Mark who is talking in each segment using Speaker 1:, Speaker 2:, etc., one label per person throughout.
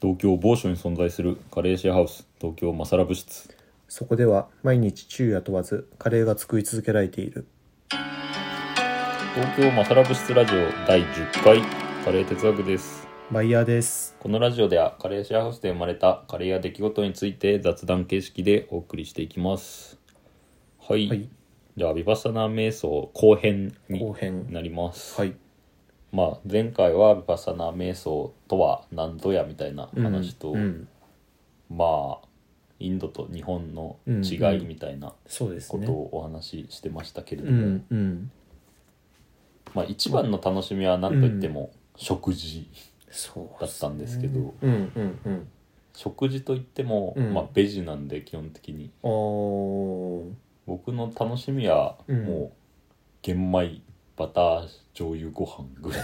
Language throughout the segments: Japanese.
Speaker 1: 東京某所に存在するカレーシェアハウス東京マサラ部室
Speaker 2: そこでは毎日昼夜問わずカレーが作り続けられている
Speaker 1: 東京マサラ部室ラジオ第10回カレー哲学です
Speaker 2: バイヤーです
Speaker 1: このラジオではカレーシェアハウスで生まれたカレーや出来事について雑談形式でお送りしていきますはい、
Speaker 2: はい
Speaker 1: じゃあビパッサナー瞑想後編に
Speaker 2: 後編
Speaker 1: なります、
Speaker 2: はい
Speaker 1: まあ前回はビパッサナー瞑想とは何ぞやみたいな話と、
Speaker 2: うんうん
Speaker 1: まあインドと日本の違いみたいな
Speaker 2: そうです
Speaker 1: こ
Speaker 2: ね
Speaker 1: とをお話ししてましたけれど
Speaker 2: う
Speaker 1: も、
Speaker 2: んうん
Speaker 1: まあ、一番の楽しみは何といっても食事
Speaker 2: そう
Speaker 1: だったんですけど、
Speaker 2: うんうんうん
Speaker 1: 食事といっても、
Speaker 2: うん
Speaker 1: まあ、ベジなんで基本的に
Speaker 2: あー
Speaker 1: 僕の楽しみは
Speaker 2: うん
Speaker 1: もう玄米バター醤油ご飯ぐらい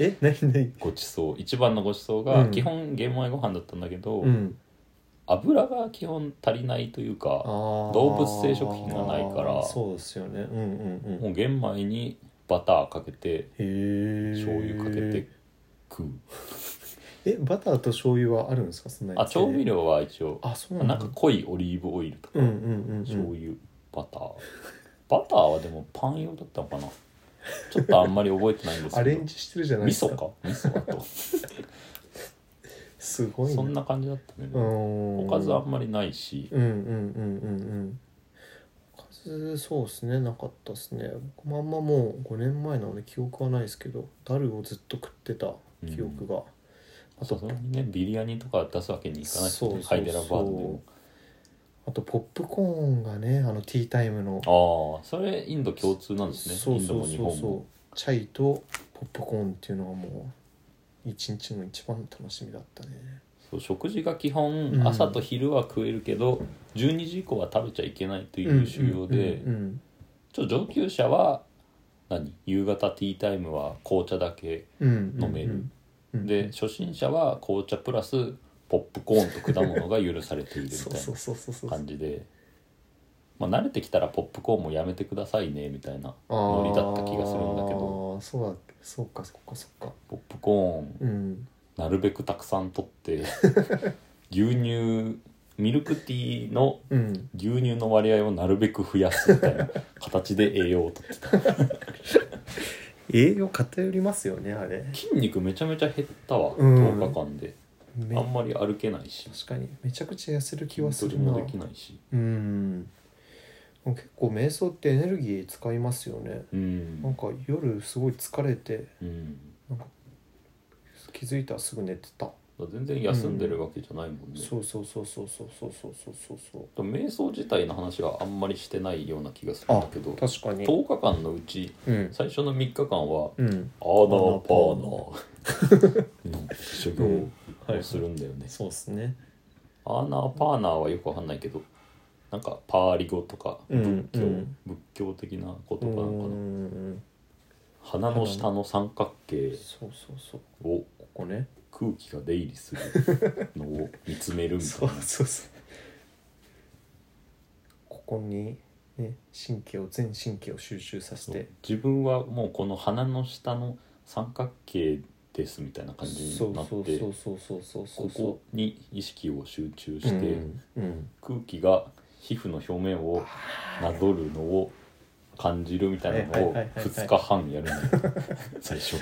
Speaker 2: え何何
Speaker 1: ごちそう 一番のごちそう
Speaker 2: う
Speaker 1: が
Speaker 2: ん
Speaker 1: 基本玄米ご飯だったんだけど、
Speaker 2: うん
Speaker 1: 油が基本足りないという
Speaker 2: あ
Speaker 1: か
Speaker 2: ー
Speaker 1: 動物性食品がないから
Speaker 2: そうですよねうんうんうん
Speaker 1: もう玄米にバターかけて
Speaker 2: へえ
Speaker 1: 醤油かけて食う、
Speaker 2: えバターと醤油はあるんですかそんなに
Speaker 1: あ調味料は一応
Speaker 2: あそうな
Speaker 1: なんん
Speaker 2: だ
Speaker 1: か濃いオリーブオイルとか
Speaker 2: うんうんうんうん
Speaker 1: 醤油バターバターはでもパン用だったのかなちょっとあんまり覚えてないんです
Speaker 2: ア
Speaker 1: け
Speaker 2: レ
Speaker 1: ど
Speaker 2: ンジしてるじゃない
Speaker 1: 味
Speaker 2: ですか
Speaker 1: 噌か味噌だと
Speaker 2: すごいね
Speaker 1: そんな感じだったね、
Speaker 2: うーん
Speaker 1: おかずあんまりないし
Speaker 2: うんうんうんうんうんおかずそうですねなかったですね僕もあんまもう5年前なので記憶はないですけどダルをずっと食ってた記憶が、あ
Speaker 1: さす
Speaker 2: と
Speaker 1: がにねビリヤニとか出すわけにいかないし、
Speaker 2: そうそう
Speaker 1: ね、
Speaker 2: そ
Speaker 1: ハ
Speaker 2: う
Speaker 1: イデラバードでも
Speaker 2: あとポップコーンがねあのティータイムの
Speaker 1: ああそれインド共通なんですね
Speaker 2: そうそう
Speaker 1: インド
Speaker 2: そ
Speaker 1: も
Speaker 2: う
Speaker 1: 日本も
Speaker 2: そうチャイとポップコーンっていうのはもう一日の一番の楽しみだったね
Speaker 1: そう食事が基本、
Speaker 2: うん
Speaker 1: 朝と昼は食えるけど12時以降は食べちゃいけないと
Speaker 2: い
Speaker 1: いう修行で、
Speaker 2: うんうん
Speaker 1: ちょっと上級者は何夕方ティータイムは紅茶だけ
Speaker 2: うんうんうん
Speaker 1: 飲める
Speaker 2: うんうん
Speaker 1: で初心者は紅茶プラスポップコーンと果物が許されているみ
Speaker 2: そう
Speaker 1: たい
Speaker 2: そうそうそうそう
Speaker 1: な感じで、まあ、慣れてきたらポップコーンもやめてくださいねみたいなノリだった気がするんだけど
Speaker 2: あーそうだそうかそっかそっか
Speaker 1: ポップコーン
Speaker 2: うん
Speaker 1: なるべくたくさん取って 牛乳ミルクティーの
Speaker 2: うん
Speaker 1: 牛乳の割合をなるべく増やすみたいな形で栄養をと ってた
Speaker 2: 栄養偏りますよねあれ
Speaker 1: 筋肉めちゃめちゃ減ったわ、
Speaker 2: うん
Speaker 1: 10日間で
Speaker 2: め
Speaker 1: あんまり歩けないし
Speaker 2: 確かにめちゃくちゃ痩せる気はす
Speaker 1: 筋トレ
Speaker 2: るな
Speaker 1: もできないし
Speaker 2: うんでも結構瞑想ってエネルギー使いますよね
Speaker 1: う
Speaker 2: なん
Speaker 1: ん、
Speaker 2: か夜すごい疲れて
Speaker 1: うん、
Speaker 2: 気づいたらすぐ寝てた、
Speaker 1: 全然休んでるわけじゃないもんね、
Speaker 2: そうそうそうそうそうそうそうそうそうそう
Speaker 1: でも瞑想自体の話はあんまりしてないような気がするん
Speaker 2: あ
Speaker 1: だけど
Speaker 2: 確かに
Speaker 1: 10日間のうち
Speaker 2: うん
Speaker 1: 最初の3日間は
Speaker 2: うん
Speaker 1: アーナーパー ナーの修行
Speaker 2: は
Speaker 1: を
Speaker 2: い
Speaker 1: するんだよね、
Speaker 2: そうですね
Speaker 1: アーナーパーナーはよくわかんないけどなんかパーリ語とか
Speaker 2: う
Speaker 1: 仏
Speaker 2: ん
Speaker 1: 教、
Speaker 2: うん
Speaker 1: 仏教的な言葉
Speaker 2: う
Speaker 1: なのかな、
Speaker 2: ん
Speaker 1: 鼻の下の三角形
Speaker 2: そうそうそう
Speaker 1: を
Speaker 2: ここね
Speaker 1: 空気が出入りするのを見つめるみた
Speaker 2: そ
Speaker 1: いうな
Speaker 2: そうそうここにね神経を全神経を集中させて
Speaker 1: 自分はもうこの鼻の下の三角形ですみたいな感じ
Speaker 2: そ
Speaker 1: に
Speaker 2: う
Speaker 1: なって
Speaker 2: そうそうそうそうそうそう
Speaker 1: ここに意識を集中して、
Speaker 2: うんうん
Speaker 1: 空気が皮膚の表面をなぞるのを感じるみたいなのを
Speaker 2: はいはいはいはいはい
Speaker 1: 2日半やるん だよ最初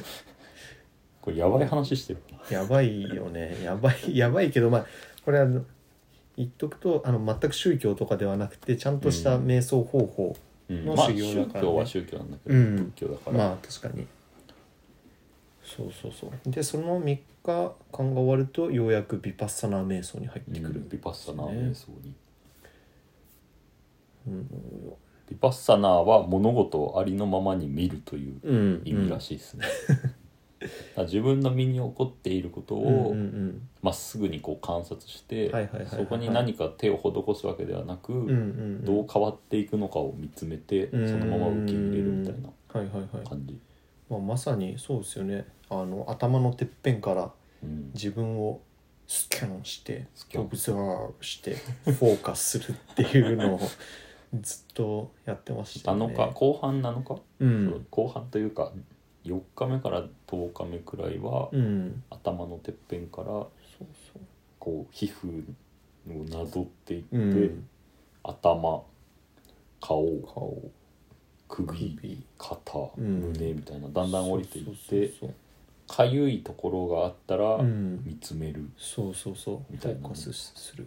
Speaker 1: これやばい話してる
Speaker 2: やばい よねやばいやばいけどまあこれは言っとくとあの全く宗教とかではなくてちゃんとした瞑想方法、
Speaker 1: うん
Speaker 2: の
Speaker 1: まあ
Speaker 2: 修行
Speaker 1: 宗
Speaker 2: だからね
Speaker 1: 教は宗教なんだけど、
Speaker 2: うん
Speaker 1: 仏教だから、
Speaker 2: まあ確かにそうそうそうでその3日間が終わるとようやくヴィパッサナー瞑想に入っ
Speaker 1: うん
Speaker 2: てくる、
Speaker 1: ヴィパッサナー瞑想に
Speaker 2: うん
Speaker 1: ヴィパッサナーは物事をありのままに見るという
Speaker 2: うん、
Speaker 1: 意味らしいですね、だから自分の身に起こっていること
Speaker 2: うん
Speaker 1: を
Speaker 2: うん
Speaker 1: まっすぐにこう観察して
Speaker 2: はいはいはいはい
Speaker 1: そこに何か手を施すわけではなく、
Speaker 2: うんうんうん
Speaker 1: どう変わっていくのかを見つめて、
Speaker 2: うん
Speaker 1: そのまま受け入れるみたいな
Speaker 2: はいはいはい、
Speaker 1: 感じ、
Speaker 2: まあ、まさにそうですよねあの頭のてっぺんから
Speaker 1: うん、
Speaker 2: 自分をスキャンして
Speaker 1: スキャン
Speaker 2: オブザーブしてフォーカスするっていうのをずっとやってました
Speaker 1: 7日後半7日、
Speaker 2: う
Speaker 1: そうん後半というか4日目から10日目くらいは、
Speaker 2: うん
Speaker 1: 頭のてっぺんから
Speaker 2: そうそ
Speaker 1: こう皮膚をなぞっていって、
Speaker 2: ううん
Speaker 1: 頭顔
Speaker 2: 顔
Speaker 1: 首
Speaker 2: 首
Speaker 1: 肩、
Speaker 2: うん
Speaker 1: 胸みたいなだんだん降りていっ
Speaker 2: そう
Speaker 1: て
Speaker 2: そう
Speaker 1: かゆいところがあったら、
Speaker 2: そううん
Speaker 1: 見つめるっ
Speaker 2: そうそうそう
Speaker 1: み
Speaker 2: フ
Speaker 1: たい
Speaker 2: ォ
Speaker 1: な
Speaker 2: ーカスするっ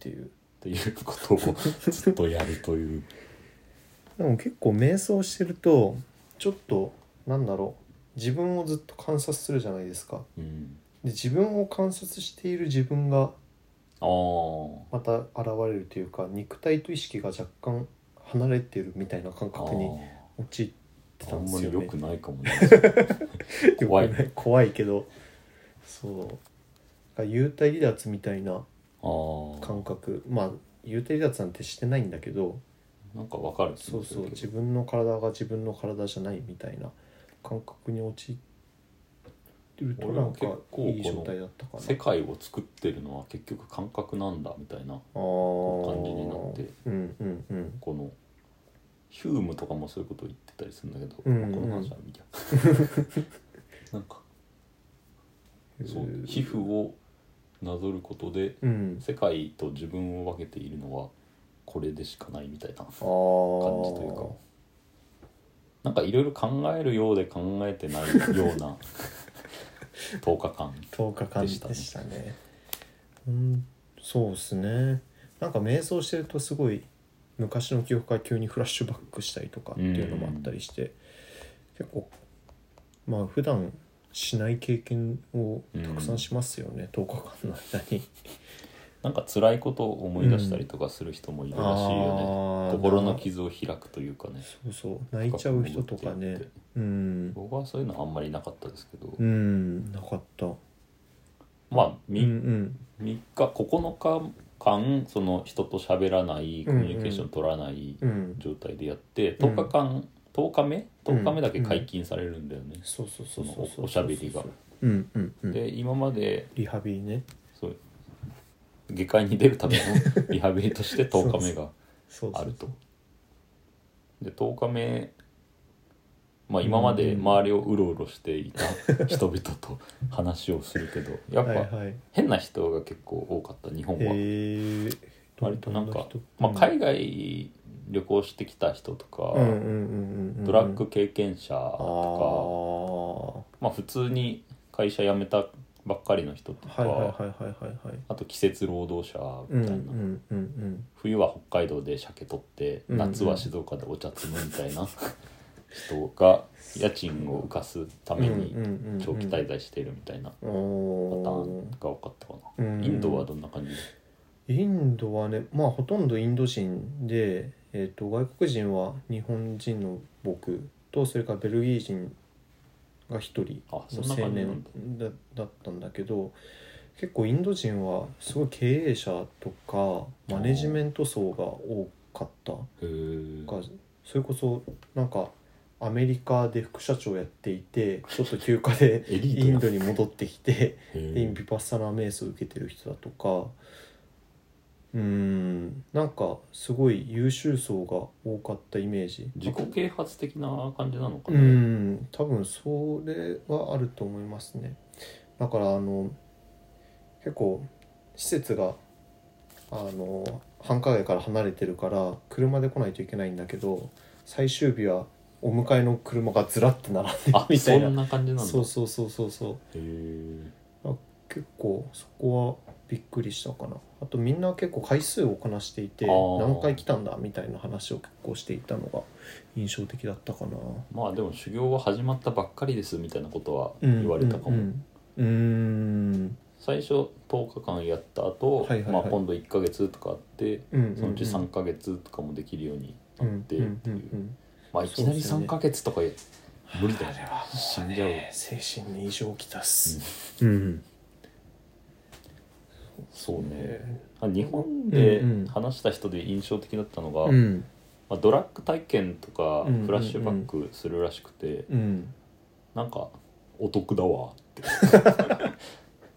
Speaker 2: て いう
Speaker 1: ていう ことをずっとやるという
Speaker 2: でも結構瞑想してるとちょっとなんだろう自分をずっと観察するじゃないですか
Speaker 1: うん、
Speaker 2: で自分を観察している自分が
Speaker 1: あー
Speaker 2: また現れるというか肉体と意識が若干離れてるみたいな感
Speaker 1: あ
Speaker 2: 覚に
Speaker 1: ー
Speaker 2: 陥って
Speaker 1: あ
Speaker 2: たん
Speaker 1: ん
Speaker 2: で
Speaker 1: ます
Speaker 2: よ
Speaker 1: り良
Speaker 2: ね
Speaker 1: くないかもね
Speaker 2: 良く
Speaker 1: 怖
Speaker 2: ないい怖いけどそう幽体離脱みたいな
Speaker 1: あー
Speaker 2: 感覚まあ幽体離脱なんてしてないんだけど
Speaker 1: なんかわかる気
Speaker 2: そ
Speaker 1: も
Speaker 2: う
Speaker 1: す
Speaker 2: そう
Speaker 1: るけ
Speaker 2: 自
Speaker 1: ど
Speaker 2: 分の体が自分の体じゃないみたいな感覚に陥ってると
Speaker 1: 俺
Speaker 2: な
Speaker 1: も
Speaker 2: んか
Speaker 1: 結構
Speaker 2: いい
Speaker 1: この
Speaker 2: 状態だったかな
Speaker 1: 世界を作ってるのは結局感覚なんだみたいな
Speaker 2: あー
Speaker 1: 感じになって
Speaker 2: うんうんうん
Speaker 1: このヒュームとかもそういうこと言ってたりするんだけど、
Speaker 2: うんうん
Speaker 1: この話はいいや なんかそう皮膚をなぞることで
Speaker 2: うん
Speaker 1: 世界と自分を分けているのはこれでしかないみたいな
Speaker 2: あ感
Speaker 1: 感じというかなんかいろいろ考えるようで考えてないよう な10日間
Speaker 2: 10日間
Speaker 1: で
Speaker 2: で
Speaker 1: し
Speaker 2: したた
Speaker 1: ね
Speaker 2: ねうんそうですねなんか瞑想してるとすごい昔の記憶が急にフラッシュバックしたりとかっていうのもあったりして、結構まあ普段しない経験をたくさんしますよね、10日間の間に
Speaker 1: なんか辛いことを思い出したりとかする人もいるらしいよね、心の
Speaker 2: 傷
Speaker 1: 傷を開くというかね
Speaker 2: そうそう泣いちゃう人とか
Speaker 1: 深く潜っ
Speaker 2: ね
Speaker 1: ていって
Speaker 2: うん
Speaker 1: 僕はそういうのあんまりなかったですけど、
Speaker 2: うんなかった
Speaker 1: まあ
Speaker 2: うん
Speaker 1: み
Speaker 2: うん
Speaker 1: 3日9日間その人と喋らないコミュニケーション取らない
Speaker 2: うん
Speaker 1: 状態でやって、
Speaker 2: うん
Speaker 1: 10日間10日目
Speaker 2: うん
Speaker 1: 10日目だけ解禁されるんだよね、
Speaker 2: そうそうそうそう
Speaker 1: そのおしゃべりが
Speaker 2: うんうんうん
Speaker 1: で今まで
Speaker 2: リハビリね
Speaker 1: そう下界に出るための リハビリとして10日目が
Speaker 2: そう
Speaker 1: あ
Speaker 2: そう
Speaker 1: るとで10日目まあ今まで周りをうろうろしていた人々と話をするけどやっ
Speaker 2: はい
Speaker 1: ぱ
Speaker 2: はい
Speaker 1: 変な人が結構多かった日本は。
Speaker 2: へえ
Speaker 1: 割となんか
Speaker 2: どん、
Speaker 1: まあ、
Speaker 2: な人
Speaker 1: 海外旅行してきた人とか、
Speaker 2: うんうんうんうんうん
Speaker 1: ドラッグ経験者
Speaker 2: あ
Speaker 1: と
Speaker 2: ー
Speaker 1: かまあ、普通に会社辞めたばっかりの人とか、
Speaker 2: はいはいはいはいはいはい
Speaker 1: あと季節労働者
Speaker 2: うん
Speaker 1: み
Speaker 2: う
Speaker 1: たいな、
Speaker 2: んうん
Speaker 1: 冬は北海道で鮭取って
Speaker 2: うんうん
Speaker 1: 夏は静岡でお茶摘むみた いな人が家賃を浮かすた
Speaker 2: うん
Speaker 1: め
Speaker 2: うん
Speaker 1: に
Speaker 2: うんうん
Speaker 1: 長期滞在しているみたいな
Speaker 2: お
Speaker 1: パター
Speaker 2: お
Speaker 1: ンが多かったか
Speaker 2: う
Speaker 1: な。
Speaker 2: ん
Speaker 1: インドはどんな感じ
Speaker 2: インドはねまあほとんどインド人で、えー、と外国人は日本人の僕とそれからベルギー人が一人
Speaker 1: あそ
Speaker 2: の
Speaker 1: んな
Speaker 2: 青
Speaker 1: 感じなん
Speaker 2: 年
Speaker 1: だ
Speaker 2: だだったんだけど結構インド人はすごい経営者とかマネジメント層が多かった
Speaker 1: へー
Speaker 2: かそれこそなんかアメリカで副社長やっていてちょっと休暇で
Speaker 1: エリ
Speaker 2: イン
Speaker 1: ート
Speaker 2: ドに戻ってきて
Speaker 1: へー
Speaker 2: でヴィパッサナー瞑想を受けてる人だとかうーんなんかすごい優秀層が多かったイメージ
Speaker 1: 自己啓発的な感じなのか
Speaker 2: う
Speaker 1: な、
Speaker 2: ん多分それはあると思いますねだからあの結構施設があの繁華街から離れてるから車で来ないといけないんだけど最終日はお迎えの車がずらって並んでる
Speaker 1: あ
Speaker 2: みた
Speaker 1: そ
Speaker 2: い
Speaker 1: ん
Speaker 2: な
Speaker 1: な感じなんだ
Speaker 2: そうそうそうそうそう
Speaker 1: へえ
Speaker 2: 結構そこはびっくりしたかなあとみんな結構回数をこなしていて
Speaker 1: あー
Speaker 2: 何回来たんだみたいな話を結構していたのが印象的だったかな
Speaker 1: まあでも修行は始まったばっかりですみたいなことは言われたかも、
Speaker 2: うんうんうん
Speaker 1: 最初10日間やった後、
Speaker 2: はいはいはい
Speaker 1: まあ今度1ヶ月とかあって
Speaker 2: うんうんうん
Speaker 1: そのうち3ヶ月とかもできるようにな
Speaker 2: う
Speaker 1: っ
Speaker 2: ん
Speaker 1: てってい
Speaker 2: う
Speaker 1: う、
Speaker 2: んうんうん
Speaker 1: まあいきなり
Speaker 2: そうですよね
Speaker 1: 3ヶ月とか無理だよね
Speaker 2: あれ
Speaker 1: 死んじゃう
Speaker 2: ね精神に異常きたっすうん
Speaker 1: そうね
Speaker 2: え
Speaker 1: あ日本で
Speaker 2: うんうん
Speaker 1: 話した人で印象的だったのが、
Speaker 2: うん
Speaker 1: まあ、ドラッグ体験とか
Speaker 2: うんうんうん
Speaker 1: フラッシュバックするらしくて、
Speaker 2: うん
Speaker 1: なんか お得だわって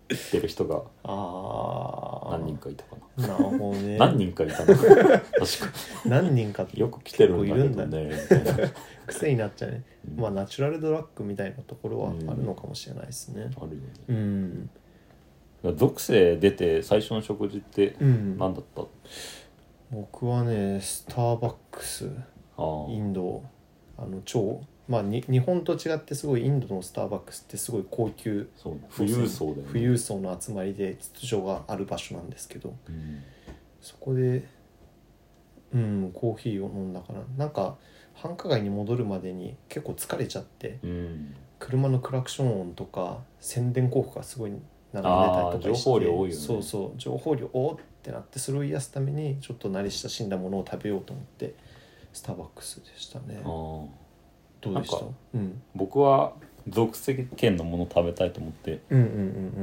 Speaker 1: 言ってる人が
Speaker 2: ああ
Speaker 1: 何人かいたかな
Speaker 2: なるほどね
Speaker 1: 何人かいた な確か
Speaker 2: 何人かって
Speaker 1: よく来てるんだけ
Speaker 2: 結構
Speaker 1: ど
Speaker 2: い
Speaker 1: ねみたいな
Speaker 2: 癖になっちゃうね、
Speaker 1: うん
Speaker 2: まあナチュラルドラッグみたいなところはあるのかもしれないですね
Speaker 1: あるよね
Speaker 2: うん
Speaker 1: だから属性出て最初の食事って
Speaker 2: うん、
Speaker 1: 何だった、
Speaker 2: 僕はねスターバックス
Speaker 1: ああ
Speaker 2: インドあの超まあに日本と違ってすごいインドのスターバックスってすごい高級
Speaker 1: そうね富裕層だよね
Speaker 2: 富裕層の集まりで秩序がある場所なんですけど
Speaker 1: うん
Speaker 2: そこでうんコーヒーを飲んだからなんか繁華街に戻るまでに結構疲れちゃって
Speaker 1: うん
Speaker 2: 車のクラクション音とか宣伝広告がすごい並んでたりとかして
Speaker 1: あー情報量多いよね
Speaker 2: そうそう情報量おーってなってそれを癒すためにちょっと慣れ親しんだものを食べようと思ってスターバックスでしたね
Speaker 1: ああ
Speaker 2: どうでした
Speaker 1: なん
Speaker 2: うん、
Speaker 1: 僕は属性圏のもの食べたいと思って
Speaker 2: うんうんう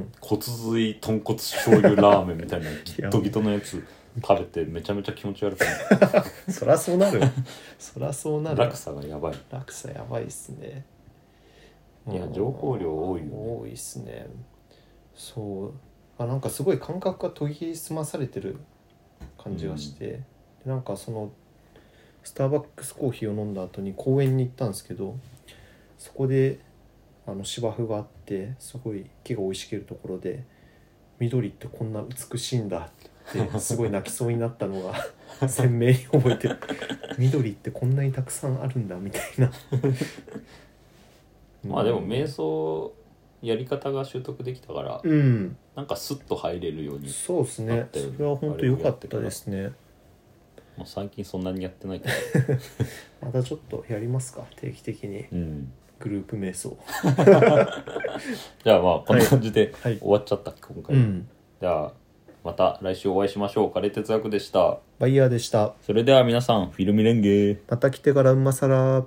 Speaker 2: ん
Speaker 1: 骨髄豚骨醤油ラーメンみたいなギットギトのや つ食べてめちゃめちゃ気持ち悪 くなっ
Speaker 2: うんそらそうなる そらそうな
Speaker 1: た
Speaker 2: る
Speaker 1: 落差がやばい
Speaker 2: 落差やばいっすね
Speaker 1: いや
Speaker 2: うん
Speaker 1: 情報量多いよね
Speaker 2: 多いっすねそうあなんかすごい感覚が研ぎ澄まされてる感じがして、なんかそのスターバックスコーヒーを飲んだ後に公園に行ったんですけどそこであの芝生があってすごい木が生い茂るところで緑ってこんな美しいんだってすごい泣きそうになったのが 鮮明に覚えてる緑ってこんなにたくさんあるんだみたいな
Speaker 1: まあでも瞑想やり方が習得できたから
Speaker 2: うん
Speaker 1: なんかスッと入れるように、
Speaker 2: そうです
Speaker 1: あ
Speaker 2: ね
Speaker 1: ったよね
Speaker 2: それは本当良かったですね
Speaker 1: まあ、最近そんなにやってないけど
Speaker 2: またちょっとやりますか定期的に
Speaker 1: うん
Speaker 2: グループ瞑想
Speaker 1: じゃあまあこんな感じで
Speaker 2: はい
Speaker 1: 終わっちゃった今回、
Speaker 2: うん
Speaker 1: じゃあまた来週お会いしましょうカレー哲学でした
Speaker 2: バイヤーでした
Speaker 1: それでは皆さんフィルミレンゲー
Speaker 2: また来てからうまさら